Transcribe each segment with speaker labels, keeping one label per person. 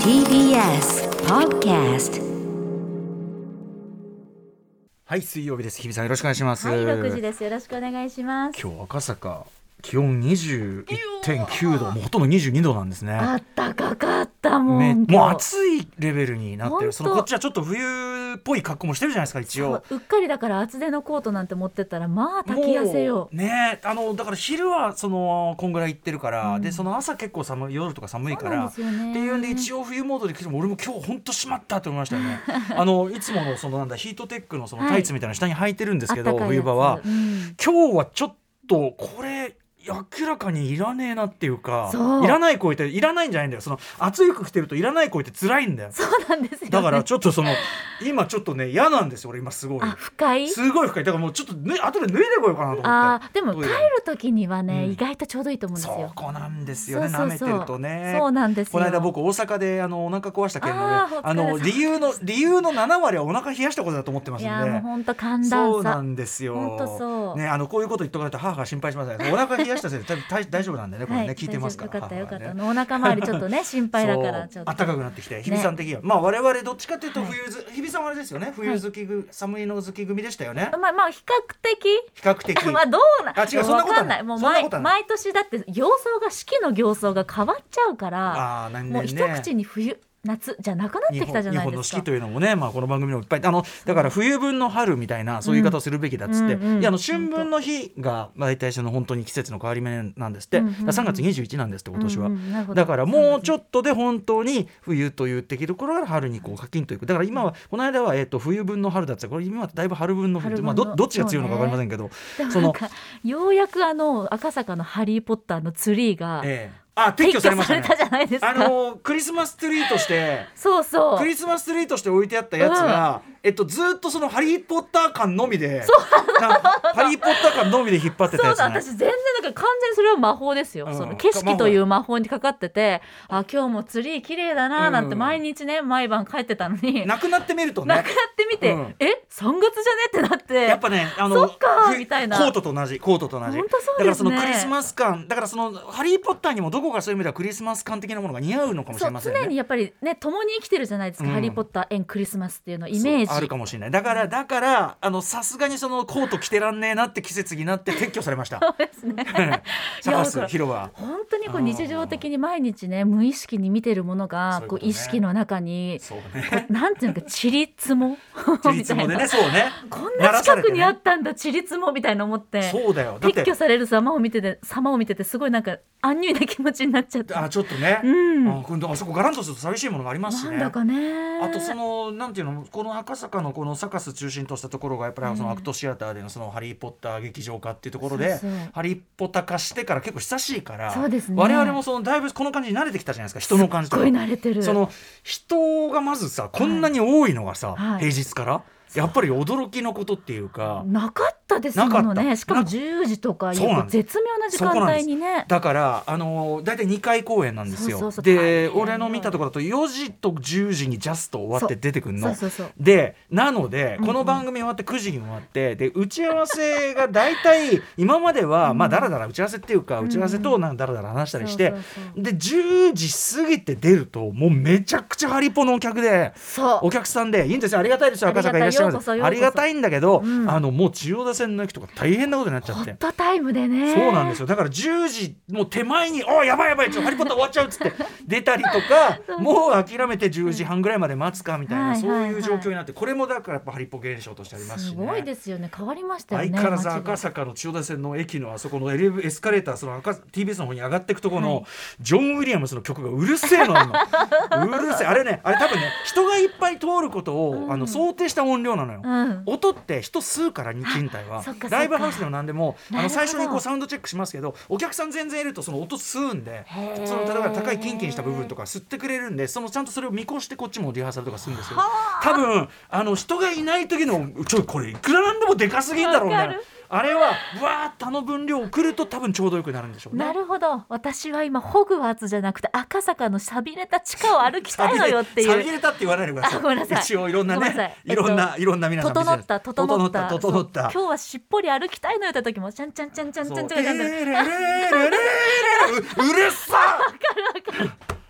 Speaker 1: TBS Podcast
Speaker 2: はい、水曜日です。日比さん、よろしくお願いします。
Speaker 3: はい、六時です。よろしくお願いします。
Speaker 2: 今日赤坂、気温21.9度、もうほとんど22度なんです
Speaker 3: あ
Speaker 2: ね。
Speaker 3: ったかかったも
Speaker 2: め
Speaker 3: ん。今日
Speaker 2: もう暑いレベルになって
Speaker 3: ほん
Speaker 2: る。
Speaker 3: と
Speaker 2: そのこっちはちょっと冬っぽい格好もしてるじゃないですか、一応。
Speaker 3: うっかりだから厚手のコートなんて持ってったらまあ
Speaker 2: も
Speaker 3: 炊き痩せよ。
Speaker 2: うねあのだから昼はそのこんぐらい行ってるから、でその朝結構寒い夜とか寒いから
Speaker 3: そうなんですよね
Speaker 2: っていうんで一応冬モードで来ても俺も今日本当しまったと思いました よねあのいつものそのなんだヒートテックのその
Speaker 3: はい
Speaker 2: タイツみたいなの下に履いてるんですけ
Speaker 3: あ
Speaker 2: ど、
Speaker 3: ったかいや
Speaker 2: 冬
Speaker 3: つ
Speaker 2: 場は、
Speaker 3: うん
Speaker 2: 今日はちょっとこれ明らかにいらねえなっていうか
Speaker 3: そう
Speaker 2: いらない声っていらないんじゃないんだよその暑い服着てるといらない声って辛いんだよ
Speaker 3: そうなんですよ、ね。
Speaker 2: だからちょっとその今ちょっとね嫌なんですよ俺今すごい
Speaker 3: あ深い。
Speaker 2: すごい深いだからもうちょっと、ね、後で脱いでこようかなと思って。
Speaker 3: あーでも
Speaker 2: トイ
Speaker 3: 帰
Speaker 2: レ
Speaker 3: る時にはね、
Speaker 2: うん
Speaker 3: 意外とちょうどいいと思うんです
Speaker 2: そ
Speaker 3: よ。
Speaker 2: こなんですよね
Speaker 3: そうそうそう
Speaker 2: 舐めてるとね
Speaker 3: そうなんですよ
Speaker 2: この間僕大阪であのお腹壊した件で
Speaker 3: あ
Speaker 2: あ
Speaker 3: ーお疲れ様
Speaker 2: の理由の理由の7割はお腹冷やしたことだと思ってます
Speaker 3: い
Speaker 2: んで
Speaker 3: やーもう本当寒
Speaker 2: そ
Speaker 3: 暖
Speaker 2: うな
Speaker 3: 差。
Speaker 2: んですよ。
Speaker 3: ほんとそう
Speaker 2: ね、あのこういうこと言っとかれたら母が心配しま すね。お腹冷やしたせいで多分大大丈夫なんでね、これね、聞いてますから。
Speaker 3: 大丈夫よかったよかった。
Speaker 2: 母はね
Speaker 3: お腹周りちょっとね心配だからち
Speaker 2: そ
Speaker 3: ょ
Speaker 2: う
Speaker 3: っと。
Speaker 2: 暖かくなってきて、日比さん的には、まあ我々どっちかというと冬ず、日比さんはあれですよね、冬好きぐ、寒いの好き組でしたよね。
Speaker 3: まあまあ比較的。
Speaker 2: 比較的。
Speaker 3: まあどうな
Speaker 2: あ違う
Speaker 3: でも
Speaker 2: そんなこと
Speaker 3: わ
Speaker 2: は
Speaker 3: かん
Speaker 2: な
Speaker 3: ないいもう
Speaker 2: そんな
Speaker 3: 毎
Speaker 2: ことはない
Speaker 3: 毎年だって行相が四季の行相が変わっちゃうから
Speaker 2: ああ、何
Speaker 3: もう
Speaker 2: 年
Speaker 3: 一
Speaker 2: ね。
Speaker 3: 口に冬夏じゃなくなっ
Speaker 2: 日
Speaker 3: てきた
Speaker 2: 本
Speaker 3: じゃ
Speaker 2: 日
Speaker 3: ない
Speaker 2: 本
Speaker 3: で
Speaker 2: の
Speaker 3: す
Speaker 2: 四季
Speaker 3: か
Speaker 2: と。いうのもね、まあ、この番組でもいっぱいあのだから冬分の春みたいなそういう言い方をするべきだっつって、
Speaker 3: うんうんうん
Speaker 2: いやあの春分の日が大体その本当に季節の変わり目なんですって、
Speaker 3: うんうんうん
Speaker 2: だから3月21なんですって今年は。
Speaker 3: うんうんなるほど
Speaker 2: だからもうちょっとで本当に冬と言ってきるところから春にこうカキンといくだから今はこの間はえっと冬分の春だったこれ今はだいぶ春分の冬
Speaker 3: 春分
Speaker 2: まあ、
Speaker 3: の
Speaker 2: どどっちが強いのか分かりませんけど
Speaker 3: でも
Speaker 2: そ
Speaker 3: なん
Speaker 2: の、
Speaker 3: かようやくあの赤坂の「ハリー・ポッター」のツリーが
Speaker 2: ええあ
Speaker 3: 撤
Speaker 2: 撤去
Speaker 3: 去
Speaker 2: されまし
Speaker 3: さ
Speaker 2: た
Speaker 3: れ
Speaker 2: ね
Speaker 3: た。じゃないです
Speaker 2: あ
Speaker 3: か。
Speaker 2: のクリスマスツリーとして
Speaker 3: そうそう。
Speaker 2: クリスマスツリーとして置いてあったやつが、えっと、ずーっとその「ハリー・ポッター」感のみでなんかハリー・ポッター感のみで引っ張ってた
Speaker 3: そ
Speaker 2: や
Speaker 3: う
Speaker 2: つね
Speaker 3: だ私全然なんか完全にそれは魔法ですよ、
Speaker 2: うん
Speaker 3: その景色という魔法にかかっててあ今日もツリー綺麗だななん
Speaker 2: う
Speaker 3: て
Speaker 2: ん
Speaker 3: 毎日ね毎晩帰ってたのに、な
Speaker 2: なくなってみると
Speaker 3: くなっ
Speaker 2: ね
Speaker 3: てみて、
Speaker 2: うん
Speaker 3: え三月じゃねってなって
Speaker 2: やっぱね
Speaker 3: そ
Speaker 2: あの
Speaker 3: っか
Speaker 2: ふ
Speaker 3: みたいな
Speaker 2: コートと同じコートと同じ
Speaker 3: ほんとそうですね
Speaker 2: だからそのクリスマス感だからその「ハリー・ポッター」にもどこかそういう意味ではクリスマス感的なものが似合うのかもし
Speaker 3: そ
Speaker 2: れ
Speaker 3: う
Speaker 2: ませんね
Speaker 3: 常にやっぱりね共に生きてるじゃないですか「
Speaker 2: うん
Speaker 3: ハリー・ポッター」「エン・クリスマス」っていうのイメー
Speaker 2: そうある
Speaker 3: ジ
Speaker 2: かもしれないだからだからあのさすがにそのコート着てらんねえなって季節になって撤去され ました
Speaker 3: い
Speaker 2: 探
Speaker 3: やだか
Speaker 2: す
Speaker 3: ら
Speaker 2: 広場
Speaker 3: 本当にこう日常的に毎日ね無意識に見てるものが
Speaker 2: そうい
Speaker 3: こ
Speaker 2: うこ
Speaker 3: う
Speaker 2: とね
Speaker 3: 意識の中に
Speaker 2: そう ね
Speaker 3: こうなんていうのかちりつも
Speaker 2: 自
Speaker 3: み
Speaker 2: 立
Speaker 3: た
Speaker 2: も
Speaker 3: い
Speaker 2: で
Speaker 3: な、
Speaker 2: ねそうね
Speaker 3: こん
Speaker 2: 鳴
Speaker 3: な
Speaker 2: らさ
Speaker 3: 近
Speaker 2: れて
Speaker 3: く
Speaker 2: ね
Speaker 3: にあったんだちりつもみたいな思って。
Speaker 2: そうだよだって
Speaker 3: 撤去される様を見てて様を見ててすごいなんか安入な気持ちになっちゃった。
Speaker 2: あちょっとね、
Speaker 3: うん
Speaker 2: あ今度あそこガランとすると寂しいものがありますし
Speaker 3: な
Speaker 2: ね。
Speaker 3: んだかね。
Speaker 2: あとそのなんていうのこの赤坂のこのサカス中心としたところがやっぱりそのアクトシアターでのそのハリー・ポッター劇場化っていうところ
Speaker 3: そ
Speaker 2: で
Speaker 3: うそう
Speaker 2: ハリー・ポッター化してから結構久しいから
Speaker 3: そうですね
Speaker 2: 我々もそのだいぶこの感じに慣れてきたじゃないですか人の感じ
Speaker 3: す
Speaker 2: と
Speaker 3: っ
Speaker 2: か
Speaker 3: ごい慣れてる。
Speaker 2: その人がまずさこんなに多いのがさ、
Speaker 3: はい
Speaker 2: 平日からやっぱり驚きのことっていうか、
Speaker 3: なかったですも
Speaker 2: な
Speaker 3: の
Speaker 2: かった
Speaker 3: ね。しかも10時とかい
Speaker 2: そうなん
Speaker 3: う
Speaker 2: です
Speaker 3: 絶妙な時間帯にね。
Speaker 2: だから、あのー、大体2回公演なんですよ
Speaker 3: そうそうそう
Speaker 2: で
Speaker 3: 大変
Speaker 2: 俺の見たところだと4時と10時にジャスト終わって出てくん
Speaker 3: そう
Speaker 2: の
Speaker 3: そうそう。
Speaker 2: でなので
Speaker 3: うんうん
Speaker 2: この番組終わって9時に終わってで打ち合わせが大 体今まではまあだらだら打ち合わせっていうか
Speaker 3: ん
Speaker 2: 打ち合わせとなんかだらだら話したりして
Speaker 3: そうそうそう
Speaker 2: で10時過ぎて出るともうめちゃくちゃハリポのお客で。
Speaker 3: そう
Speaker 2: お。客さんでいいんですよありがたいですよ赤坂いらっしゃいま
Speaker 3: ありがたいよ
Speaker 2: す
Speaker 3: うこそようこそ
Speaker 2: ありがたいんだけど、
Speaker 3: うん
Speaker 2: あのもう千代田線の駅とか大変なことになっちゃ
Speaker 3: ホ
Speaker 2: って
Speaker 3: ットタイムでね。
Speaker 2: そうなんです
Speaker 3: よ。
Speaker 2: よだから10時もう手前に「おいやばいやばいちょハリー・ポッター終わっちゃう」っ つって出たりとかもう諦めて10時半ぐらいまで待つかみたいな、
Speaker 3: はい
Speaker 2: そういう状
Speaker 3: はいは
Speaker 2: 況
Speaker 3: い
Speaker 2: になってこれもだからやっぱハリポ現象としてありますし
Speaker 3: す
Speaker 2: ね。
Speaker 3: ごいですよね。変わりましたよ
Speaker 2: 相
Speaker 3: ね。
Speaker 2: 変わらず
Speaker 3: 街が
Speaker 2: 赤坂の千代田線の駅のあそこのエレベエスカレーターその赤 TBS の方に上がっていくところの、
Speaker 3: はい
Speaker 2: ジョン・ウィリアムスの曲がうる せえのあんのうるせえあれねあれ多分ね人がいっぱい通ることを、
Speaker 3: うん
Speaker 2: あの想定した音量なのよ。
Speaker 3: うん。
Speaker 2: 音って人吸うからに賃貸 は
Speaker 3: そっかそっか
Speaker 2: ライブハウスでも何でもあ
Speaker 3: な
Speaker 2: の
Speaker 3: るほど
Speaker 2: 最初にこうサウンドチェックしますけどお客さん全然いるとその音吸うんで
Speaker 3: へー
Speaker 2: その例えば高いキンキンした部分とか吸ってくれるんでそのちゃんとそれを見越してこっちもリハーサルとかするんですよ多分あの人がいない時のちょこれいくらなんでもでかすぎんだろうみたい
Speaker 3: わ
Speaker 2: な
Speaker 3: かる
Speaker 2: あれはわーっとあの分量を送ると多分ちょうどよくなるんでしょうね。
Speaker 3: なるほど私は今ホグワーツじゃなくて赤坂 のさびれた地下を歩きたいのよってい
Speaker 2: さび
Speaker 3: う
Speaker 2: れたって言わないでくださ い。
Speaker 3: あごめんなさい
Speaker 2: 一応いろんな
Speaker 3: ごめんなさ
Speaker 2: ね、
Speaker 3: い
Speaker 2: いろんな、
Speaker 3: えっ
Speaker 2: いろんな皆さん
Speaker 3: 整った整った
Speaker 2: 整った整った
Speaker 3: そう今日はしっぽり歩きたいのよって時もちゃんちゃんちゃんちゃんちゃんちゃんちゃん
Speaker 2: うれっさ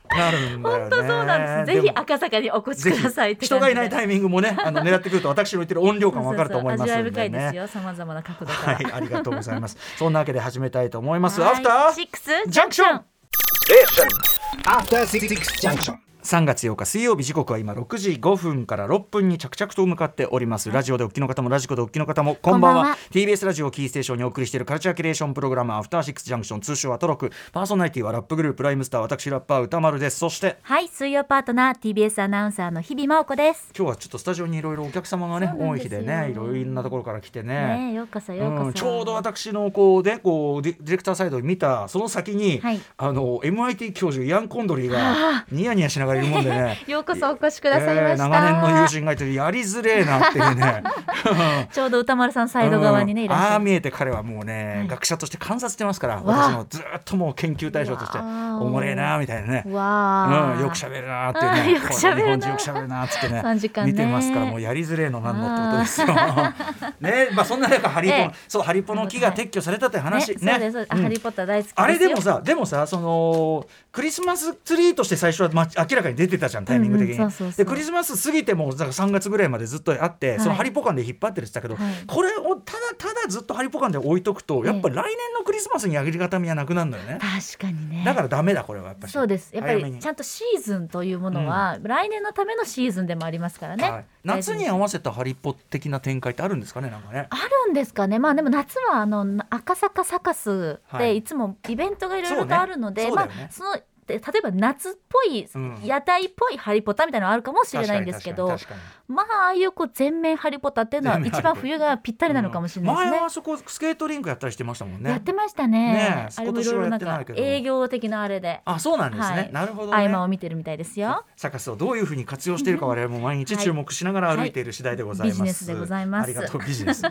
Speaker 2: なるんだよ
Speaker 3: 本
Speaker 2: ね
Speaker 3: 当そうなんです。ぜひ赤坂にお越し
Speaker 2: ぜ
Speaker 3: くださいっ
Speaker 2: ひ
Speaker 3: て
Speaker 2: 人がいない
Speaker 3: イ
Speaker 2: タイミングもねあの狙ってくると私の言ってる音量感わかると思いま
Speaker 3: 味
Speaker 2: す
Speaker 3: わい
Speaker 2: ん
Speaker 3: 深
Speaker 2: で
Speaker 3: いです
Speaker 2: ね
Speaker 3: よ。さまざまな角度か
Speaker 2: は
Speaker 3: ら。
Speaker 2: いありがとうございますそんなわけで始めたいと思います
Speaker 3: はい
Speaker 2: アフター
Speaker 3: シックス
Speaker 2: ジャンクション
Speaker 4: After Six Junction.
Speaker 2: 3月8日水曜日時刻は今6時5分から6分に着々と向かっておりますラジオでお聞きの方もラジコでお聞きの方もこんばんは
Speaker 3: こんばんは
Speaker 2: TBS ラジオをキーステーションにお送りしているカルチャーキュレーションプログラムアフターシックスジャンクション通称はトロクパーソナリティはラップグループライムスター私ラッパー歌丸ですそして
Speaker 3: はい、水曜パートナー TBS アナウンサーの日々真央子です。
Speaker 2: 今日はちょっとスタジオにいろいろお客様がね
Speaker 3: そうな
Speaker 2: 多
Speaker 3: ん
Speaker 2: い
Speaker 3: です
Speaker 2: 日
Speaker 3: よ
Speaker 2: でねいろいろなところから来てね
Speaker 3: ねえ、ようこそようこ
Speaker 2: う
Speaker 3: そ。
Speaker 2: ん、ちょうど私のこうでこうディディレクターサイドを見たその先に、
Speaker 3: はい
Speaker 2: あの MIT 教授ヤン・コンドリーがニヤニヤしながらいるもんでね
Speaker 3: ようこそお越しくださいました。
Speaker 2: えー長年の友人がいてやりづれえなっていう ね
Speaker 3: ちょうど歌丸さんサイド側にね、
Speaker 2: う
Speaker 3: い
Speaker 2: ん
Speaker 3: らっし
Speaker 2: あ
Speaker 3: ゃ
Speaker 2: あ
Speaker 3: る。
Speaker 2: 見えて彼はもうね、学者として観察してますか
Speaker 3: わ
Speaker 2: ら
Speaker 3: あ
Speaker 2: 私のずーっともう研究対象として
Speaker 3: わ
Speaker 2: お
Speaker 3: あ
Speaker 2: もれえなみたいなね
Speaker 3: わあ、
Speaker 2: うん、よくしゃべるなーって
Speaker 3: あー
Speaker 2: ね
Speaker 3: よく喋るなー
Speaker 2: こう日本人よくしゃべるなーっつってね
Speaker 3: 三時間ね
Speaker 2: 見てますからもうやりづれえのなんのってことですよ。 ねまあそんな中ハリポ
Speaker 3: え
Speaker 2: ン、
Speaker 3: え
Speaker 2: そうハリポの木が撤去されたって話
Speaker 3: ね、そうですそうです、
Speaker 2: うん
Speaker 3: ハリーポッター大好きですよ。
Speaker 2: あれでもさでもさそのクリスマスツリーとして最初は、ま、明らかに出てたじゃんタイミング的に、
Speaker 3: うんうんそうそうそう
Speaker 2: でクリスマス過ぎてもなんか3月ぐらいまでずっとあって、
Speaker 3: い
Speaker 2: そのハリポカンで引っ張ってるって言ってたけど、
Speaker 3: はい
Speaker 2: これをただただずっとハリポカンで置いとくと、やっぱ来年のクリスマスにありがたみはなくなるのよね
Speaker 3: 確かにね。
Speaker 2: だからダメだこれはやっぱり
Speaker 3: そうですやっぱ
Speaker 2: 早めに
Speaker 3: りちゃんとシーズンというものは、来年のためのシーズンでもありますからね、
Speaker 2: はい、夏に合わせたハリポ的な展開ってあるんですかねなんかね
Speaker 3: あるんですかねまあでも夏はあの赤坂サカス
Speaker 2: は
Speaker 3: で
Speaker 2: い
Speaker 3: いつもイベントがいろい
Speaker 2: そ
Speaker 3: ろ
Speaker 2: うね
Speaker 3: とあるので、
Speaker 2: そう
Speaker 3: ま
Speaker 2: だよ
Speaker 3: あ
Speaker 2: ね
Speaker 3: そので例えば夏っぽい、
Speaker 2: うん
Speaker 3: 屋台っぽいハリポタみたいなのあるかもしれないんですけど
Speaker 2: 確かに確かに確かに
Speaker 3: まあああいうこう全面ハリポタっていうのは
Speaker 2: 全面
Speaker 3: 一
Speaker 2: ハリ
Speaker 3: 番
Speaker 2: ポタ
Speaker 3: 冬がぴったりなのかもしれないです
Speaker 2: うん
Speaker 3: ね
Speaker 2: 前は。あそこスケートリンクやったりしてましたもんね
Speaker 3: やってましたね
Speaker 2: ねえ
Speaker 3: あれもいろいろなん
Speaker 2: 今年はや
Speaker 3: か
Speaker 2: ってないけど
Speaker 3: 営業的なあれで
Speaker 2: あそうなんですね、
Speaker 3: はい
Speaker 2: なるほどね
Speaker 3: 合間を見てるみたいですよ。
Speaker 2: サカスをどういうふうに活用しているか我々も毎日注目しながら歩いている次第でございます。
Speaker 3: はいはいビジネスでございます
Speaker 2: ありが とうビジネス。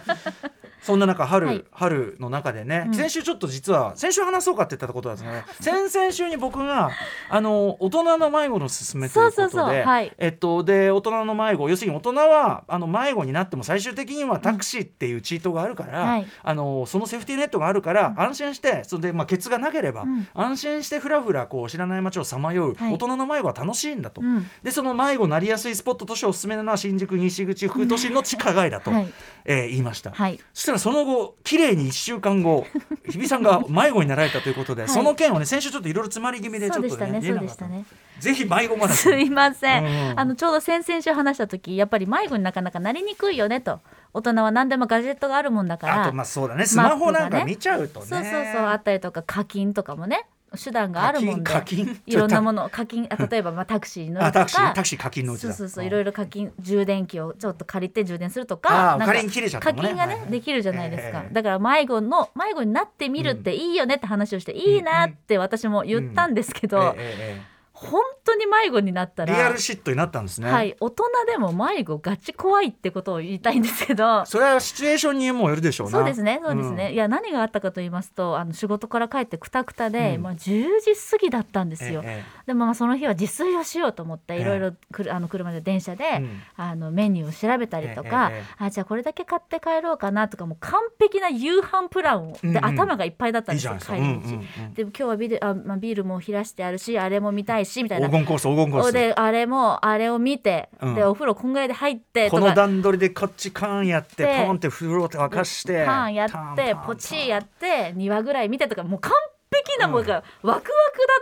Speaker 2: そんな中春、
Speaker 3: はい
Speaker 2: 春の中でね、
Speaker 3: うん
Speaker 2: 先週ちょっと実は先週話そうかって言ったことなんで すね。先々週に僕があの大人の迷子の勧めとい
Speaker 3: そ
Speaker 2: うことで、
Speaker 3: うそうそうはい
Speaker 2: えっとで大人の迷子要するに大人はあの迷子になっても最終的にはタクシーっていうチートがあるから、
Speaker 3: うんはい
Speaker 2: あのそのセーフティーネットがあるから安心してそれでまあケツがなければ、
Speaker 3: うん
Speaker 2: 安心してふらふらこう知らない街をさまよう、
Speaker 3: はい
Speaker 2: 大人の迷子は楽しいんだと。
Speaker 3: うん
Speaker 2: でその迷子になりやすいスポットとしておすすめなのは新宿西口副都心の地下街だと、
Speaker 3: はい
Speaker 2: えー言いました、
Speaker 3: はい
Speaker 2: そしたらその後綺麗に1週 間後日比さんが迷子になられたということで、
Speaker 3: はい
Speaker 2: その件をね先週ちょっといろいろ詰まり気味でち
Speaker 3: そ
Speaker 2: ょ
Speaker 3: うで
Speaker 2: っ
Speaker 3: し
Speaker 2: と
Speaker 3: た
Speaker 2: ね
Speaker 3: ね
Speaker 2: 言え
Speaker 3: そうで
Speaker 2: なかっ
Speaker 3: したたね。
Speaker 2: ぜひ迷子まです
Speaker 3: いません、
Speaker 2: うん
Speaker 3: あのちょうど先々週話した時やっぱり迷子になかなかなりにくいよねと大人は何でもガジェットがあるもんだから
Speaker 2: あとまあそうだねスマホな
Speaker 3: マ
Speaker 2: ん
Speaker 3: ップ
Speaker 2: か
Speaker 3: がね
Speaker 2: 見ちゃうとね
Speaker 3: そうそうそうあったりとか課金とかもね手段があるもんで
Speaker 2: 課金課金
Speaker 3: いろんなものを課金あ例えば まあタクシーに乗
Speaker 2: あ
Speaker 3: ると
Speaker 2: タクシー
Speaker 3: か
Speaker 2: タクシー課金のうち
Speaker 3: そう
Speaker 2: だ
Speaker 3: そうそ
Speaker 2: ん
Speaker 3: ういろいろ課金充電器をちょっと借りて充電すると
Speaker 2: あー
Speaker 3: かなんか
Speaker 2: 仮に切れちゃっ
Speaker 3: 課
Speaker 2: たもんね
Speaker 3: 金がね、
Speaker 2: はいはい
Speaker 3: できるじゃないですか、
Speaker 2: ええ
Speaker 3: だから迷子の迷子になってみるっていいよねって話をして、いいなって私も言ったんですけど、
Speaker 2: えええ
Speaker 3: 本当に迷子になった
Speaker 2: え
Speaker 3: ら
Speaker 2: リアルシットになったんですね、
Speaker 3: はい、大人でも迷子ガチ怖いってことを言いたいんですけど。
Speaker 2: それはシチュエーションにもよるでしょうな
Speaker 3: そうですね、そうですね。
Speaker 2: ん
Speaker 3: いや何があったかと言いますと、あの仕事から帰ってくたくたで、
Speaker 2: うん
Speaker 3: まあ10時過ぎだったんで
Speaker 2: え
Speaker 3: すよ。
Speaker 2: え
Speaker 3: でもまあその日は自炊をしようと思って、
Speaker 2: ええ
Speaker 3: いろいろくるあの車で電車で、
Speaker 2: うん
Speaker 3: あのメニューを調べたりとか、
Speaker 2: えええ
Speaker 3: あじゃあこれだけ買って帰ろうかなとか、もう完璧な夕飯プランを、
Speaker 2: うんうん
Speaker 3: で頭がいっぱいだったん
Speaker 2: いい
Speaker 3: で
Speaker 2: じ
Speaker 3: す
Speaker 2: ゃ
Speaker 3: よ
Speaker 2: ないです
Speaker 3: 帰
Speaker 2: か、
Speaker 3: り道。でも今日はビールあ、まあ、ビールも冷やしてあるし、あれも見たいしみたいな
Speaker 2: 黄。金コース黄金コース
Speaker 3: であれもあれを見て、
Speaker 2: うん
Speaker 3: でお風呂こんぐらいで入って
Speaker 2: ことの
Speaker 3: か
Speaker 2: 段取りでこっちカーンやって
Speaker 3: で
Speaker 2: ポンって風呂を沸かして
Speaker 3: パンや
Speaker 2: タ
Speaker 3: っ
Speaker 2: ンタン
Speaker 3: て
Speaker 2: タン
Speaker 3: ポチーやって2話ぐらい見てとかもう完璧なもう
Speaker 2: うん
Speaker 3: なんかワクワク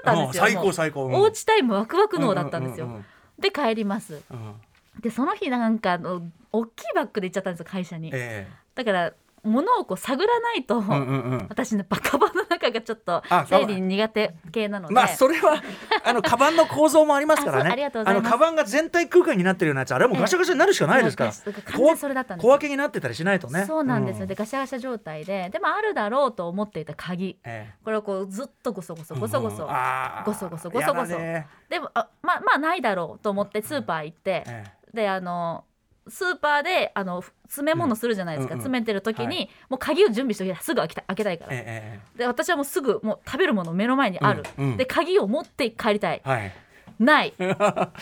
Speaker 3: だったんですよ、
Speaker 2: うん最
Speaker 3: も
Speaker 2: 高
Speaker 3: う
Speaker 2: 最高
Speaker 3: おうちタイムワクワク脳だったんですよ、
Speaker 2: うう
Speaker 3: で帰ります
Speaker 2: うんうんうん
Speaker 3: でその日なんかあの大きいバッグで行っちゃったんですよ会社に、
Speaker 2: え
Speaker 3: だから物をこう探らないと、
Speaker 2: えうんうんうん
Speaker 3: 私ねバカバの中がちょっと
Speaker 2: あ
Speaker 3: 整理苦手系なので、
Speaker 2: まあそれはあのカバンの構造もありますから
Speaker 3: あそうあり
Speaker 2: ね
Speaker 3: がとうござ
Speaker 2: あ
Speaker 3: い
Speaker 2: の
Speaker 3: ます
Speaker 2: カバンが全体空間になってるようなやつあれはもうガシャガシャになるしかないですから
Speaker 3: もうだから完
Speaker 2: 小
Speaker 3: 全にそれだったんです
Speaker 2: 小分けになってたりしないとね
Speaker 3: そうなんですよ、でガシャガシャ状態ででもあるだろうと思っていた鍵
Speaker 2: え
Speaker 3: これをこうずっとごそごそ
Speaker 2: え
Speaker 3: ごそごそ、
Speaker 2: うんうんあー
Speaker 3: ごそごそごそごそ
Speaker 2: やだね
Speaker 3: でもあまあまあないだろうと思ってスーパー行って、
Speaker 2: え
Speaker 3: であのスーパーであのふ詰め物するじゃないですか、
Speaker 2: うんうんうん
Speaker 3: 詰めてる時に、
Speaker 2: はい
Speaker 3: もう鍵を準備しておいてすぐ開けた開けたいか
Speaker 2: え
Speaker 3: ら、
Speaker 2: え
Speaker 3: で私はもうすぐもう食べるもの目の前にある、
Speaker 2: うんうん
Speaker 3: で鍵を持って帰りたい
Speaker 2: えはい
Speaker 3: ない
Speaker 2: 結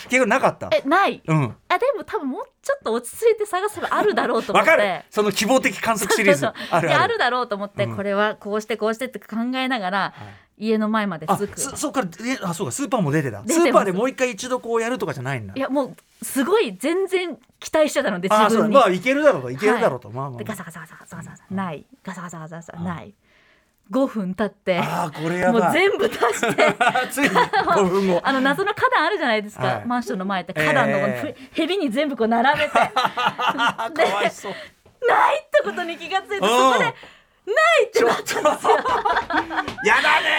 Speaker 2: 局なかった
Speaker 3: えない
Speaker 2: うん
Speaker 3: あでも多分もうちょっと落ち着いて探せばあるだろうと思
Speaker 2: わ
Speaker 3: って
Speaker 2: かるその希望的観測シリーズ
Speaker 3: そうそう
Speaker 2: ある
Speaker 3: で
Speaker 2: あ
Speaker 3: あ
Speaker 2: る
Speaker 3: るだろうと思って、
Speaker 2: うん
Speaker 3: これはこうしてこうしてって考えながら、
Speaker 2: はい
Speaker 3: 家の前まで
Speaker 2: あ
Speaker 3: 続く
Speaker 2: すそっからえあそうかスーパーも出てた
Speaker 3: 出て
Speaker 2: ス
Speaker 3: ます
Speaker 2: ーパーでもう一回一度こうやるとかじゃないんだ
Speaker 3: いやもうすごい全然期待してたので
Speaker 2: あ
Speaker 3: 自
Speaker 2: そうだ
Speaker 3: 分に
Speaker 2: まあいけるだろうといけるだろうと、
Speaker 3: はい
Speaker 2: まあまあ
Speaker 3: でガ
Speaker 2: まあ
Speaker 3: サガサガサガサガサガサないガサガサガサガサない5分経って
Speaker 2: あーこれや
Speaker 3: もう
Speaker 2: ばい
Speaker 3: 全部出して
Speaker 2: ついに5分 後
Speaker 3: あの謎の花壇あるじゃないですか、
Speaker 2: はい
Speaker 3: マンションの前って花壇のこのふ、
Speaker 2: え
Speaker 3: へびに全部こう並 べて
Speaker 2: あーかわいそう
Speaker 3: ないってことに気がついてそこで
Speaker 2: う
Speaker 3: なんいってなっ ちゃっ
Speaker 2: やだね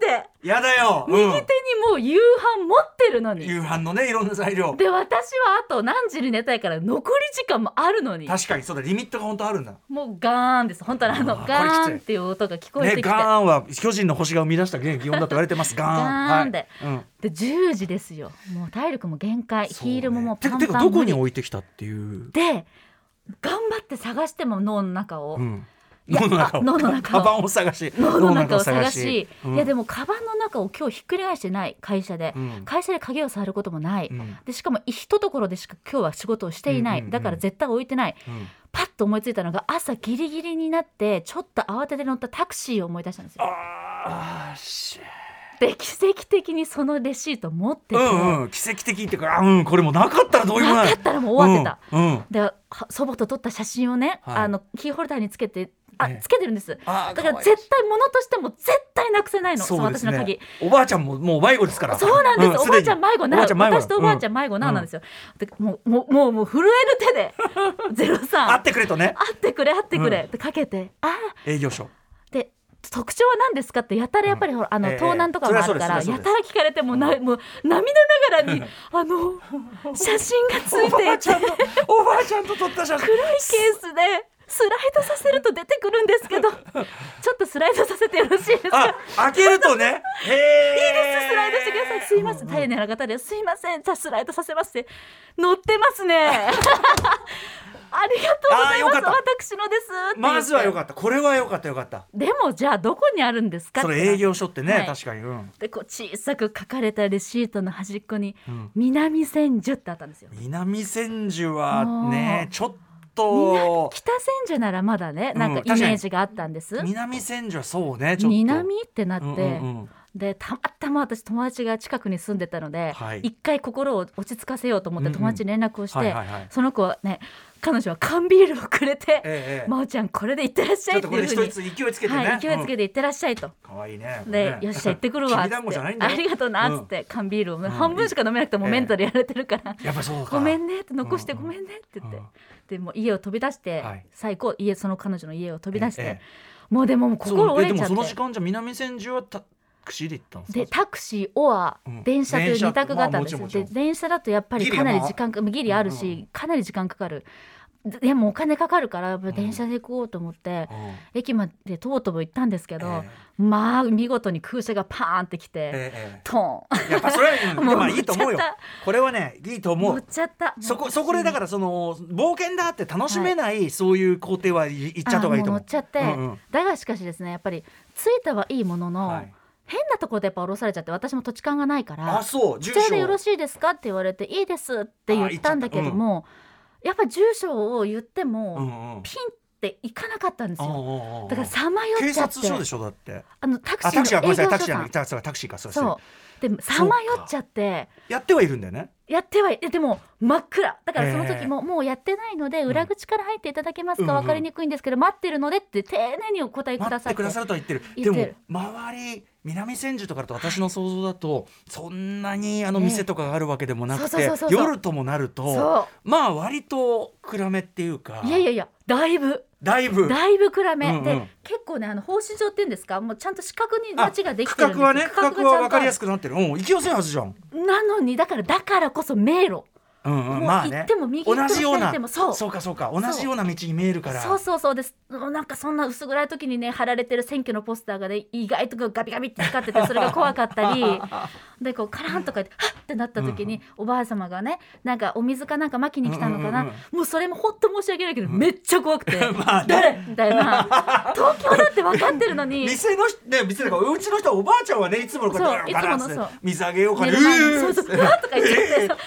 Speaker 3: て
Speaker 2: ーやだよ、う
Speaker 3: 右
Speaker 2: ん
Speaker 3: 手にもう夕飯持ってるのに
Speaker 2: 夕飯のねいろんな材料
Speaker 3: で私はあと何時に寝たいから残り時間もあるのに
Speaker 2: 確かにそうだリミットが本当あるんだ
Speaker 3: もうガーンです本当にあの
Speaker 2: あー
Speaker 3: ガ
Speaker 2: これきつ
Speaker 3: ー
Speaker 2: い
Speaker 3: ンっていう音が聞こえて
Speaker 2: ね
Speaker 3: きて、
Speaker 2: ガーンは巨人の星が生み出した原擬音だと言われてますガーン
Speaker 3: ガーンで
Speaker 2: はいうん
Speaker 3: で10時ですよもう体力も限界、ヒールももう
Speaker 2: て
Speaker 3: パン
Speaker 2: てか
Speaker 3: パン
Speaker 2: どこ
Speaker 3: 無
Speaker 2: に
Speaker 3: 理
Speaker 2: 置いてきたっていう、
Speaker 3: で頑張って探しても脳の中を、
Speaker 2: うん、
Speaker 3: いや
Speaker 2: 脳の中を
Speaker 3: あ脳の中を
Speaker 2: カバンを探し
Speaker 3: 脳の中を探し
Speaker 2: うん
Speaker 3: いやでもカバンの中を今日ひっくり返してない会社で、
Speaker 2: うん
Speaker 3: 会社で鍵を触ることもない、
Speaker 2: うん
Speaker 3: でしかもひとところでしか今日は仕事をしていない、
Speaker 2: うんうんうん
Speaker 3: だから絶対置いてない
Speaker 2: うん
Speaker 3: パッと思いついたのが朝ギリギリになってちょっと慌てて乗ったタクシーを思い出したんですよ
Speaker 2: あーし
Speaker 3: で奇跡的にそのレシート持ってて、
Speaker 2: うんうん奇跡的っていうかあうんこれもうなかったらどうにも
Speaker 3: な
Speaker 2: な
Speaker 3: か
Speaker 2: い
Speaker 3: ったらもう終わってた、
Speaker 2: うんうん
Speaker 3: では祖母と撮った写真をね、
Speaker 2: はい
Speaker 3: あのキーホルダーにつけてあ
Speaker 2: ええ
Speaker 3: つけてるんですだ
Speaker 2: あー
Speaker 3: から
Speaker 2: かわいい
Speaker 3: 絶対物としても絶対なくせないのそう
Speaker 2: そうです
Speaker 3: 私の鍵
Speaker 2: ねおばあちゃんももう迷子ですから
Speaker 3: そうなんです、
Speaker 2: う
Speaker 3: おばあちゃん迷子な
Speaker 2: おばあちゃん迷子
Speaker 3: 私とおばあちゃん迷子な、なんですよでもうもうもうもう震える手で「 ゼロ
Speaker 2: 会っ
Speaker 3: 三
Speaker 2: てくれとね
Speaker 3: 会ってくれ会ってくれ」
Speaker 2: うん
Speaker 3: ってかけて「ああ
Speaker 2: 営業所」
Speaker 3: で特徴は何ですかってやたらやっぱりほら、あ
Speaker 2: え
Speaker 3: の
Speaker 2: え
Speaker 3: 盗難とかもあるから、
Speaker 2: そりゃそうですそり
Speaker 3: や
Speaker 2: ゃそう
Speaker 3: たら
Speaker 2: です
Speaker 3: 聞かれてもな、もう涙ながらにあの写真がついていて
Speaker 2: おば
Speaker 3: 暗
Speaker 2: あ
Speaker 3: い
Speaker 2: ちゃんのおばあちゃんと撮った写真
Speaker 3: ケースでスライドさせると出てくるんですけど ちょっとスライドさせてよろしいですか
Speaker 2: あ開けるとねへえ
Speaker 3: スライドしてください。すいません。丁寧な方です。すいません。じゃあスライドさせますって。乗ってます ね。ありがとうございます
Speaker 2: あーよ。かっ
Speaker 3: 私のですって言って。
Speaker 2: まずは良か
Speaker 3: っ
Speaker 2: ったこれは良かった良かった
Speaker 3: た。でもじゃあどこにあるんですかっ
Speaker 2: そ
Speaker 3: て。
Speaker 2: れ営業所ってね、
Speaker 3: はい
Speaker 2: 確かにうん
Speaker 3: でこう小さく書かれたレシートの端っこに
Speaker 2: うん
Speaker 3: 南千住ってあったんですよ。
Speaker 2: 南千住はね
Speaker 3: もう
Speaker 2: ちょっ
Speaker 3: 南
Speaker 2: と
Speaker 3: 北千住ならまだねなんか
Speaker 2: うん
Speaker 3: イメージがあったんです。
Speaker 2: 南千住はそうねちょっと
Speaker 3: 南ってなって、
Speaker 2: うんうんうん
Speaker 3: でたまたま私友達が近くに住んでたので、
Speaker 2: はい
Speaker 3: 一回心を落ち着かせようと思って
Speaker 2: うんうん
Speaker 3: 友達に連絡をして、
Speaker 2: はいはいはい
Speaker 3: その子はね彼女は缶ビールをくれて
Speaker 2: ええええ
Speaker 3: 「真央ちゃんこれでいってらっし
Speaker 2: ち
Speaker 3: ゃ
Speaker 2: ょ
Speaker 3: い」っ
Speaker 2: っ
Speaker 3: て
Speaker 2: とこ
Speaker 3: い
Speaker 2: れ
Speaker 3: うふ
Speaker 2: 一
Speaker 3: うに
Speaker 2: つ勢いつけてね、
Speaker 3: はい、勢いつけ
Speaker 2: て
Speaker 3: て「いってらっしゃい」と。
Speaker 2: 可愛いね
Speaker 3: で
Speaker 2: ね
Speaker 3: よっしゃ行ってく るわっ
Speaker 2: きび
Speaker 3: つ
Speaker 2: だんご
Speaker 3: って
Speaker 2: じゃないんだ
Speaker 3: あ
Speaker 2: よ
Speaker 3: りがとうな
Speaker 2: うん
Speaker 3: っつって缶ビールを半分しか飲めなくてもう
Speaker 2: ええ
Speaker 3: メンタルやられてるから
Speaker 2: やっぱそうか
Speaker 3: ごめんねって残して
Speaker 2: うん
Speaker 3: ごめんねって言って、
Speaker 2: うん
Speaker 3: でもう家を飛び出して、
Speaker 2: はい
Speaker 3: 最高家その彼女の家を飛び出して、
Speaker 2: ええ
Speaker 3: もうでももう心
Speaker 2: そうえ
Speaker 3: 折れ
Speaker 2: で
Speaker 3: ちゃ
Speaker 2: も
Speaker 3: っ
Speaker 2: その
Speaker 3: て
Speaker 2: 時間じゃ南千住はタクシーで行ったんですか
Speaker 3: でタクシーオア
Speaker 2: うん
Speaker 3: 電車という
Speaker 2: 電車
Speaker 3: 二択型です、
Speaker 2: まあもちろん
Speaker 3: で
Speaker 2: もちろん
Speaker 3: 電車だとやっぱり
Speaker 2: ギリ
Speaker 3: かなり
Speaker 2: まあ
Speaker 3: 時間かギリあるし、
Speaker 2: うんうん
Speaker 3: かなり時間かかるででもお金かかるからやっぱり電車で行こうと思って、
Speaker 2: うん
Speaker 3: 駅までとぼとぼ行ったんですけど、
Speaker 2: え
Speaker 3: まあ見事に空車がパーンってきて、
Speaker 2: ええ
Speaker 3: トーン
Speaker 2: えやっぱそれは、うん
Speaker 3: もう
Speaker 2: まあいいと思う
Speaker 3: 乗っ
Speaker 2: よ
Speaker 3: ちゃっ
Speaker 2: これはねいいと思
Speaker 3: 乗
Speaker 2: う
Speaker 3: っちゃった
Speaker 2: そこそこでだかららその冒険だって楽しめない、そういう工程はい行っちゃった方がいいと思う
Speaker 3: 乗っちゃって、
Speaker 2: うんうん
Speaker 3: だがしかしですねやっぱり着いたはいいものの、
Speaker 2: はい
Speaker 3: 変なところでやっぱ降ろされちゃって私も土地勘がないから
Speaker 2: あそう住
Speaker 3: こちら
Speaker 2: 所
Speaker 3: でよろしいですか?」って言われて「いいです」って言ったんだけどもやっぱ住所を言っても、
Speaker 2: うんうん
Speaker 3: ピンって行かなかったんです
Speaker 2: うんう
Speaker 3: よ
Speaker 2: んうんうん
Speaker 3: だからさまよ
Speaker 2: 警
Speaker 3: っちゃっ
Speaker 2: 察署で
Speaker 3: て
Speaker 2: しょだって
Speaker 3: あのタクシ
Speaker 2: あタクシー
Speaker 3: ー
Speaker 2: はご
Speaker 3: の
Speaker 2: め
Speaker 3: 営
Speaker 2: んなさい
Speaker 3: 業所
Speaker 2: タクシー
Speaker 3: さ
Speaker 2: は
Speaker 3: ん
Speaker 2: タクシーはタクシーかそうですね
Speaker 3: そうでさまよっちゃって
Speaker 2: やってはいるんだよね
Speaker 3: やってはいでも真っ暗だからその時も、もうやってないので裏口から入っていただけますか、
Speaker 2: うん
Speaker 3: 分かりにくいんですけど待ってるのでって丁寧にお答えく
Speaker 2: 待
Speaker 3: だ
Speaker 2: っ
Speaker 3: さって
Speaker 2: くだ
Speaker 3: て
Speaker 2: さるとは言ってる
Speaker 3: 言ってる
Speaker 2: でも周り南千住とかだと私の想像だと、そんなにあの店とかがあるわけでもなくて、
Speaker 3: ええそうそうそうそうそう
Speaker 2: 夜ともなると
Speaker 3: そ
Speaker 2: まあ割と暗めっていうか
Speaker 3: いやいやいやだいぶ
Speaker 2: だいぶ
Speaker 3: だいぶ暗め、
Speaker 2: うんうん
Speaker 3: で結構ねあの奉仕状っていうんですかもうちゃんと四角に
Speaker 2: あ
Speaker 3: 街ができ
Speaker 2: 区
Speaker 3: てるんです
Speaker 2: 画はね区画は分かりやす
Speaker 3: く
Speaker 2: くなってるうん行き寄せんはずじゃん
Speaker 3: なのにだからだからこそ迷路
Speaker 2: うんうん
Speaker 3: もう
Speaker 2: まあね
Speaker 3: 行っても右行
Speaker 2: 同
Speaker 3: っても
Speaker 2: じよう
Speaker 3: 左行
Speaker 2: な
Speaker 3: ってもそう
Speaker 2: かそうか同じような道に見えるから
Speaker 3: そうそうそうですなんかそんな薄暗い時にね貼られてる選挙のポスターがね意外とこうガビガビって光っててそれが怖かった りでこうカランとか言ってハッってなった時に、おばあ様がねなんかお水かなんかまきに来たのかな、
Speaker 2: うんうんうん
Speaker 3: もうそれもほっと申し訳ないけど、めっちゃ怖くて
Speaker 2: まあね
Speaker 3: 誰みたいな東京だって分かってるの に。
Speaker 2: 店の人ね店のうちの人はおばあちゃんはねいつものこうやって
Speaker 3: そう
Speaker 2: ガラ
Speaker 3: いつも
Speaker 2: ス
Speaker 3: のそう
Speaker 2: 水あげようか
Speaker 3: 寝
Speaker 2: ね
Speaker 3: る前に
Speaker 2: う
Speaker 3: そ
Speaker 2: ー
Speaker 3: うそううわーとか言っちゃってそうごめんなさい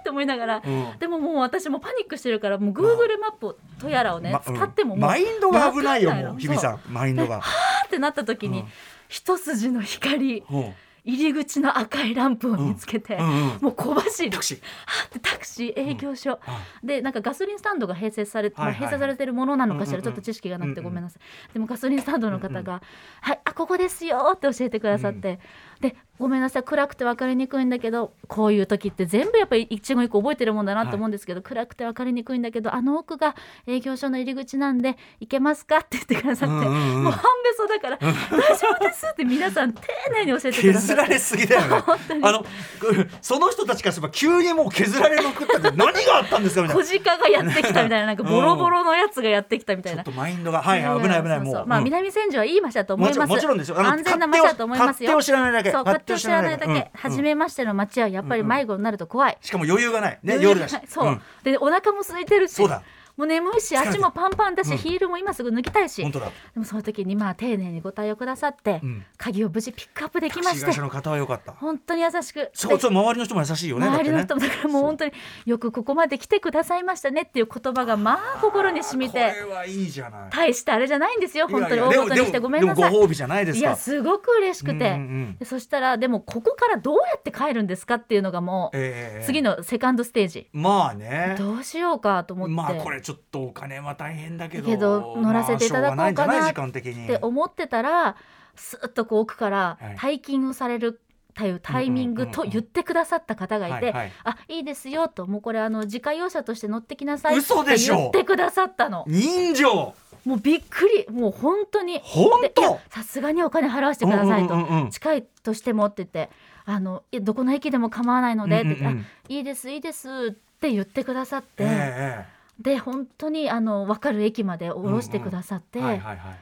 Speaker 3: って思いながら、
Speaker 2: うん
Speaker 3: でももう私もパニックしてるからもう Google マップとやらをね、
Speaker 2: ま
Speaker 3: 使ってももう
Speaker 2: マインドが危ないよ
Speaker 3: わか
Speaker 2: も
Speaker 3: の
Speaker 2: う日比さんマインドが
Speaker 3: パーってなった時に、
Speaker 2: うん
Speaker 3: 一筋の光
Speaker 2: うん
Speaker 3: 入り口の赤いランプを見つけて、
Speaker 2: うんうん
Speaker 3: もう小走り
Speaker 2: タ クシー
Speaker 3: はってタクシー営業所、
Speaker 2: あ
Speaker 3: でなんかガソリンスタンドが併設されて、
Speaker 2: はいはいはい
Speaker 3: まあ、併設されてるものなのかしら、
Speaker 2: うんうん
Speaker 3: ち
Speaker 2: う
Speaker 3: ょ
Speaker 2: ん
Speaker 3: っと知識がなくて
Speaker 2: うん
Speaker 3: ご
Speaker 2: うん
Speaker 3: めんなさい、でもガソリンスタンドの方が「はいあここですよ」って教えてくださって、でごめんなさい暗くて分かりにくいんだけどこういう時って全部やっぱり一語一個覚えてるもんだなと思うんですけど、暗くて分かりにくいんだけどあの奥が営業所の入り口なんで行けますかって言ってくださって、
Speaker 2: うんうんうん
Speaker 3: もう半べそだから「大丈夫です」って皆さん丁寧に 教えてくださ
Speaker 2: 削
Speaker 3: って
Speaker 2: られすぎだよねあのその人たちからすれば急にもう削られまくったって何があったんですかみたい
Speaker 3: 小
Speaker 2: な
Speaker 3: 鹿がやってきたみたいななんかボロボロのやつがやってきたみたい
Speaker 2: ちょっ
Speaker 3: な
Speaker 2: と。マインドがはい危ない危ない
Speaker 3: そ
Speaker 2: も
Speaker 3: う
Speaker 2: う
Speaker 3: そうまあ、
Speaker 2: うん
Speaker 3: 南千住はいい町だと思います。
Speaker 2: もちろんもちろんですよあの
Speaker 3: 安全な町だと思いますよ。
Speaker 2: 勝手を知らないだけ
Speaker 3: そう、勝手を知らないだけ、
Speaker 2: 勝手を知らないだけうん
Speaker 3: 初めましての町はやっぱり迷子になると怖い。
Speaker 2: しかも余裕がないね
Speaker 3: 余裕
Speaker 2: 夜
Speaker 3: が
Speaker 2: だし
Speaker 3: ない そう、
Speaker 2: ん
Speaker 3: で、お腹も空いてるし。
Speaker 2: そうだ
Speaker 3: もう眠いし、
Speaker 2: 疲れてる
Speaker 3: 足もパンパンだし、
Speaker 2: うん
Speaker 3: ヒールも今すぐ脱ぎたいし。
Speaker 2: 本当だ
Speaker 3: でも、その時に、まあ、丁寧にご対応くださって、
Speaker 2: うん
Speaker 3: 鍵を無事ピックアップできま
Speaker 2: タクシー
Speaker 3: し
Speaker 2: 会社
Speaker 3: て。
Speaker 2: の方は良かった
Speaker 3: 本当に優しく。
Speaker 2: そう
Speaker 3: で
Speaker 2: そう周りの人も優しいよね
Speaker 3: 周りの人
Speaker 2: も
Speaker 3: もだからもう本当によくここまで来てくださいましたねっていう言葉がまあ心に染み
Speaker 2: こ
Speaker 3: て
Speaker 2: れはいいじゃない
Speaker 3: 大してあれじゃないんですよ本当
Speaker 2: い
Speaker 3: に
Speaker 2: や
Speaker 3: 大
Speaker 2: いや
Speaker 3: ごとにして
Speaker 2: でも
Speaker 3: ごめんなさ
Speaker 2: で
Speaker 3: い
Speaker 2: もご褒美じゃないです
Speaker 3: い
Speaker 2: か
Speaker 3: やすごく嬉しくて、
Speaker 2: うんうんうん
Speaker 3: でそしたらでもここからどうやって帰るんですかっていうのがもう、
Speaker 2: ええ
Speaker 3: 次のセカンドステージ
Speaker 2: まあね
Speaker 3: どうしようかと思って、
Speaker 2: まあこれちょっとお金は大変だけど
Speaker 3: けど乗らせていただこうかな
Speaker 2: まあしょうがいんじゃい時間的に
Speaker 3: って思ってたらスーッとこう奥から
Speaker 2: はい
Speaker 3: 退勤をされるというタイミングと
Speaker 2: うんうんうんうん
Speaker 3: 言ってくださった方がいて、
Speaker 2: はいはい
Speaker 3: あいいですよともうこれあの自家用車として乗ってきなさいって
Speaker 2: 嘘でしょ
Speaker 3: 言ってくださったの
Speaker 2: 人情
Speaker 3: もうびっくりもう本当に
Speaker 2: 本
Speaker 3: でいや
Speaker 2: 当
Speaker 3: さすがにお金払わせてくださいと、
Speaker 2: うんうんうんうん
Speaker 3: 近いとしてもって言ってあのいやどこの駅でも構わないので、って言って
Speaker 2: うんうんうん
Speaker 3: あいいですいいですって言ってくださって、
Speaker 2: え
Speaker 3: で本当にあの分かる駅まで降ろしてくださって、
Speaker 2: えはいはいはい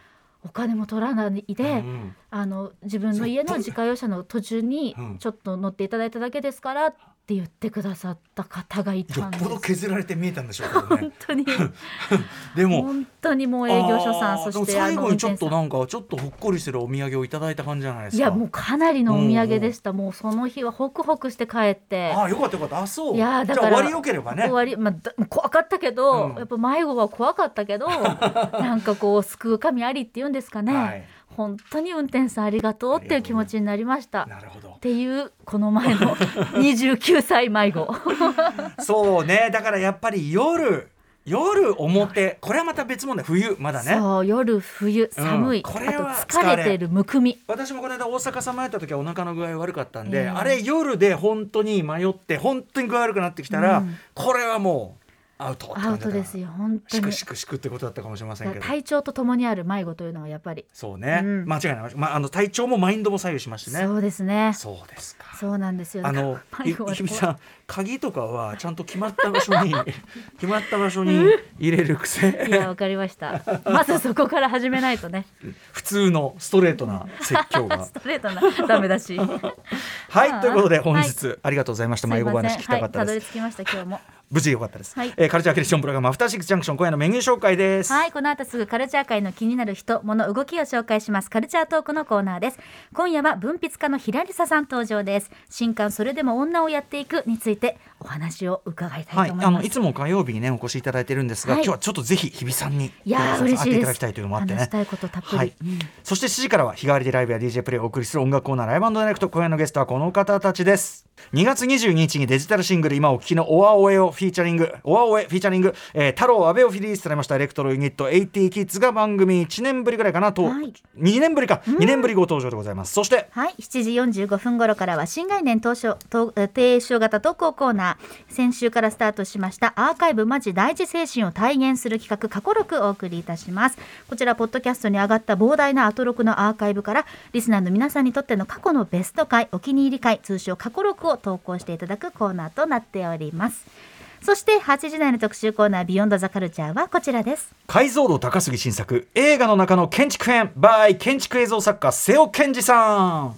Speaker 3: お金も取らないで、
Speaker 2: うんうん
Speaker 3: あの自分の家の自家用車の途中に
Speaker 2: うん
Speaker 3: ちょっと乗っていただいただけですからって言ってくださった方がいた
Speaker 2: よ
Speaker 3: ん
Speaker 2: っ
Speaker 3: です
Speaker 2: ぽど削られて見えたんでしょうけどね
Speaker 3: 本当に
Speaker 2: でも
Speaker 3: 本当にもう営業所さ
Speaker 2: あ
Speaker 3: ん
Speaker 2: ー
Speaker 3: そ
Speaker 2: でも
Speaker 3: して
Speaker 2: 最
Speaker 3: あの
Speaker 2: 後にちょっ
Speaker 3: 運転手さ
Speaker 2: と
Speaker 3: ん
Speaker 2: なんかちょっとほっこりするお土産をいただいた感じじゃないです
Speaker 3: い
Speaker 2: か
Speaker 3: やもうかなりのお土産でした、もうその日はホクホクして帰って。
Speaker 2: ああよかったよかったあそう
Speaker 3: いやーだから
Speaker 2: じゃあ終わりよければね
Speaker 3: 終わり、まあだ、怖かったけど、
Speaker 2: うん
Speaker 3: やっぱ迷子は怖かった けどなんかこう救う神ありっていうんですかね、
Speaker 2: はい
Speaker 3: 本当に運転手さんありがとうっていう気持ちになりました。っ
Speaker 2: なるほど
Speaker 3: ていうこの前の 29歳迷子
Speaker 2: そうねだからやっぱり夜夜表これはまた別問題冬まだね
Speaker 3: そう夜冬寒い、
Speaker 2: これは
Speaker 3: あと疲れてるむくみ
Speaker 2: 私もこの間大阪さまやった時はお腹の具合悪かったんで、
Speaker 3: ええ
Speaker 2: あれ夜で本当に迷って本当に具合悪くなってきたら、
Speaker 3: うん
Speaker 2: これはもうアウトって
Speaker 3: ア
Speaker 2: 感
Speaker 3: ウ
Speaker 2: じだ
Speaker 3: ト
Speaker 2: った
Speaker 3: ですよ本当
Speaker 2: し
Speaker 3: に
Speaker 2: くしくしくってことだったかもしれませんけど
Speaker 3: 体調とともにある迷子というのはやっぱり、
Speaker 2: そうね、
Speaker 3: うん
Speaker 2: 間違いない、まあ、あの体調もマインドも左右しますしね
Speaker 3: そうですねそ
Speaker 2: そうですか
Speaker 3: うなんですよ
Speaker 2: あのい
Speaker 3: 迷子は
Speaker 2: ゆみさん鍵とかはちゃんと決まった場 所に決まった場所に入れる
Speaker 3: い
Speaker 2: 癖
Speaker 3: や、わかりま した。まずそこから始めないとね。
Speaker 2: 普通のストレートな説 教が
Speaker 3: ストレートな、ダメだ し。
Speaker 2: はいということで
Speaker 3: はい
Speaker 2: 本日、ありがとうございました迷子話聞きたかった
Speaker 3: はい、た
Speaker 2: で
Speaker 3: どり着
Speaker 2: す、
Speaker 3: きました、今日も。
Speaker 2: 無事でよかったです、
Speaker 3: はい
Speaker 2: えーカルチャーキュレーションプログラムアフターシックスジャンクション今夜のメニュー紹介です、
Speaker 3: はい、この後すぐカルチャー界の気になる人、物、動きを紹介します。カルチャートークのコーナーです。今夜は文筆家の平理沙さん登場です。新刊それでも女をやっていくについて、お話を伺いた
Speaker 2: はいい
Speaker 3: と思い
Speaker 2: あ
Speaker 3: ま
Speaker 2: の
Speaker 3: す。
Speaker 2: いつも火曜日にねお越しいただいてるんですが、
Speaker 3: はい
Speaker 2: 今日はちょっとぜひ日比さんに
Speaker 3: いやー
Speaker 2: 会
Speaker 3: 嬉しい
Speaker 2: ってい
Speaker 3: で
Speaker 2: ただき
Speaker 3: す。
Speaker 2: たいというのもあってね
Speaker 3: 話したいことたっぷり。
Speaker 2: はいそして7時からは日替わりでライブや DJ プレイをお送りする音楽コーナーライブダイレクト今夜のゲストはこの方たちです2月22日にデジタルシングル今お聴きのオアオエをフィーチャリングオアオエフィーチャリング、えー、太郎阿部をリリースされましたエレクトロユニット AT キッズが番組1年ぶりぐらいかなと、
Speaker 3: はい
Speaker 2: 2年ぶりか2年ぶりご登場でございますそして
Speaker 3: はい、7時45分頃からは新概念当初と提唱型投稿コーナー先週からスタートしましたアーカイブマジ大事精神を体現する企画過去録をお送りいたしますこちらポッドキャストに上がった膨大なアトロクのアーカイブからリスナーの皆さんにとっての過去のベスト回お気に入り回通称過去録を投稿していただくコーナーとなっておりますそして8時台の特集コーナービヨンドザカルチャーはこちらです
Speaker 2: 解像度高杉新作映画の中の建築編 by 建築映像作家瀬尾健二さん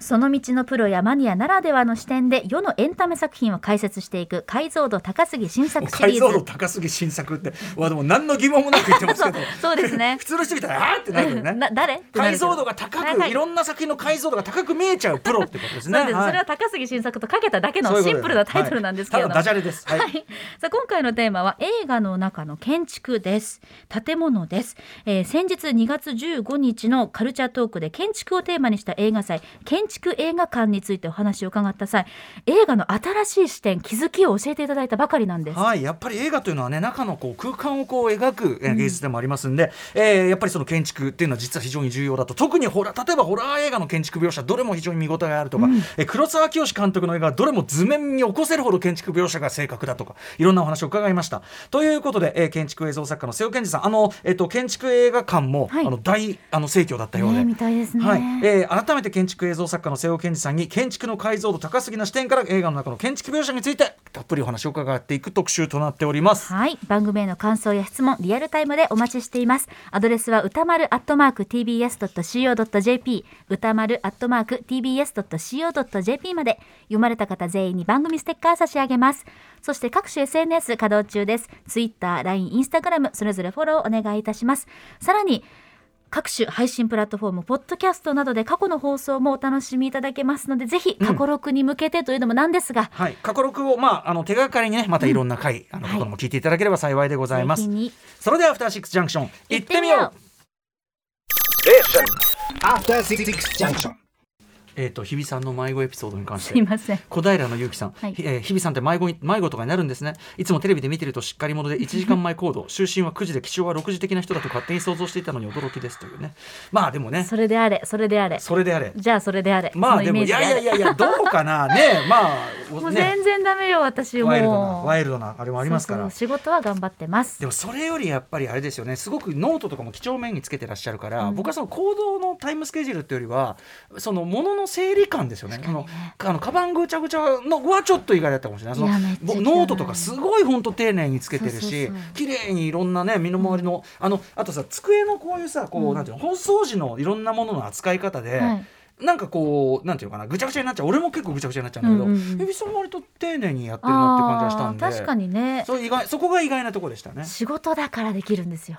Speaker 3: その道のプロやマニアならではの視点で世のエンタメ作品を解説していく解像度高すぎ新作シ
Speaker 2: 解
Speaker 3: リ
Speaker 2: 像度
Speaker 3: ーズ
Speaker 2: 高すぎ新作ってわでも何の疑問もなく言ってますけど
Speaker 3: そうですね
Speaker 2: 普通の人見たらあーってなるよ ね
Speaker 3: な誰ってなる
Speaker 2: 解
Speaker 3: けど
Speaker 2: 像度が高
Speaker 3: はい
Speaker 2: く、
Speaker 3: はい
Speaker 2: いろんな作品の解像度が高く見えちゃうプロってことですね。
Speaker 3: そうです、
Speaker 2: はい
Speaker 3: それは高杉晋作とかけただけ
Speaker 2: そうい
Speaker 3: の
Speaker 2: うこと
Speaker 3: シ
Speaker 2: で
Speaker 3: ンプルなタイトルなんですけれど
Speaker 2: は
Speaker 3: も、
Speaker 2: いただダジャレです。はい。
Speaker 3: はい、さあ今回のテーマは映画の中の建築です建物です、えー先日2月15日のカルチャートークで建築をテーマにした映画祭建築映画館についてお話を伺った際映画の新しい視点気づきを教えていただいたばかりなんです
Speaker 2: はい、やっぱり映画というのはね中のこう空間をこう描くえー芸術でもありますんで、えーやっぱりその建築っていうのは実は非常に重要だと特にホラー例えばホラー映画の建築描写どれも非常に見応えがあるとか、えー黒沢清監督の映画はどれも図面に起こせるほど建築描写が正確だとかいろんなお話を伺いました。ということで、えー建築映像作家の瀬尾健二さんあの、えっと建築映画館も、
Speaker 3: はい
Speaker 2: あの大あの盛況だったようで。
Speaker 3: ねみたいですね、
Speaker 2: はいえー改めて建築映像作家の瀬尾健二さんに建築の解像度高すぎな視点から映画の中の建築描写についてたっぷりお話を伺っていく特集となっております。
Speaker 3: はい番組への感想や質問リアルタイムでお待ちしていますアドレスは歌丸アットマーク tbs.co.jp 歌丸アットマーク tbs.co.jp まで読まれた方全員に番組ステッカー差し上げますそして各種 SNS 稼働中です Twitter、LINE、Instagram それぞれフォローお願いいたしますさらに各種配信プラットフォーム、ポッドキャストなどで過去の放送もお楽しみいただけますので、ぜひ過去録に向けてというのもなんですが、
Speaker 2: はい、過去録を、まあ、あの手がかりにねまたいろんな回、あの
Speaker 3: はい
Speaker 2: 過去のも聞いていただければ幸いでございます。
Speaker 3: ぜひに
Speaker 2: それでは「アフターシックスジャンクション」行ってみよう
Speaker 4: Station. After Six Junction.
Speaker 2: えっ、と日比さんの迷子エピソードに関して
Speaker 3: すいません。
Speaker 2: 小平のゆうきさん、
Speaker 3: はい
Speaker 2: ひえー日比さんって迷子に迷子とかになるんですねいつもテレビで見てるとしっかり者で1時間前行動就寝は9時で起床は6時的な人だと勝手に想像していたのに驚きですというねまあでもね
Speaker 3: それであれ、それであれ。
Speaker 2: それであれ
Speaker 3: じゃあそれであれ。
Speaker 2: まあ
Speaker 3: その
Speaker 2: で
Speaker 3: イ
Speaker 2: も
Speaker 3: メー
Speaker 2: い
Speaker 3: ジであ
Speaker 2: やい
Speaker 3: れ
Speaker 2: やいやいやどう かなねまあ
Speaker 3: もう
Speaker 2: ね
Speaker 3: 全然ダメよ、私もう。
Speaker 2: ワイルドなワイルドなあれもありますから
Speaker 3: そうそう仕事は頑張ってます
Speaker 2: で。もそれよりやっぱりあれですよねすごくノートとかも几帳面につけてらっしゃるから、僕はその行動のタイムスケジュールっていうよりはそのものの整理感ですよねあのあのカバンぐちゃぐちゃのはちょっと意外だったかもしれないその
Speaker 3: いやめっちゃ
Speaker 2: ぼ
Speaker 3: いい
Speaker 2: ノートとかすごい本当丁寧につけてる
Speaker 3: そうそう
Speaker 2: し
Speaker 3: そう
Speaker 2: 綺麗にいろんなね身の回りの、あのあとさ机のこういうさこう、なんていうの本掃除のいろんなものの扱い方で。
Speaker 3: はい
Speaker 2: なんかこうなんていうのかなぐちゃぐちゃになっちゃう俺も結構ぐちゃぐちゃになっちゃうんだけ
Speaker 3: うん
Speaker 2: ど、
Speaker 3: う
Speaker 2: 指
Speaker 3: んうん
Speaker 2: さん割と丁寧にやってるなって感じがした
Speaker 3: あ
Speaker 2: ん
Speaker 3: ー
Speaker 2: で
Speaker 3: 確かにね。
Speaker 2: そう意外そこが意外なところでしたね
Speaker 3: 仕事だからできるんですよ。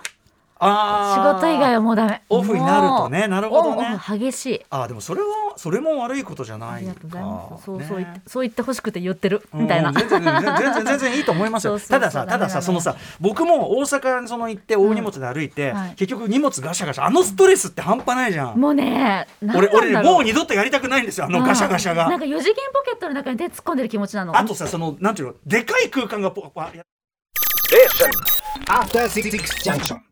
Speaker 3: 仕
Speaker 2: あー
Speaker 3: 事以外はもうダメ。
Speaker 2: オフになるとね
Speaker 3: もう
Speaker 2: なるほどね
Speaker 3: オンオフ激しい。
Speaker 2: あーでもそれはそれも悪いことじゃな
Speaker 3: あ
Speaker 2: い
Speaker 3: り
Speaker 2: か
Speaker 3: がとうございます。そう、
Speaker 2: ね
Speaker 3: そう言って、そう言って欲しくて言ってる
Speaker 2: うん
Speaker 3: みたいな。
Speaker 2: 全然全然全然全然いいと思います よ
Speaker 3: そうそうそう
Speaker 2: たださ
Speaker 3: ダメ
Speaker 2: た
Speaker 3: だ
Speaker 2: だ
Speaker 3: ね
Speaker 2: さそのさ僕も大阪にその行って大荷物で歩いて、
Speaker 3: うんはい
Speaker 2: 結局荷物ガシャガシャあのストレスって半端ないじゃん、
Speaker 3: もうね、なんなん
Speaker 2: 俺
Speaker 3: だろ
Speaker 2: 俺ねもう二度とやりたくないんですよあのガシャガシャが、
Speaker 3: うんなんか四次元ポケットの中に手突っ込んでる気持ちなの。
Speaker 2: あとさそのなんていうのでかい空間がポワ
Speaker 4: Station. After Six Junction.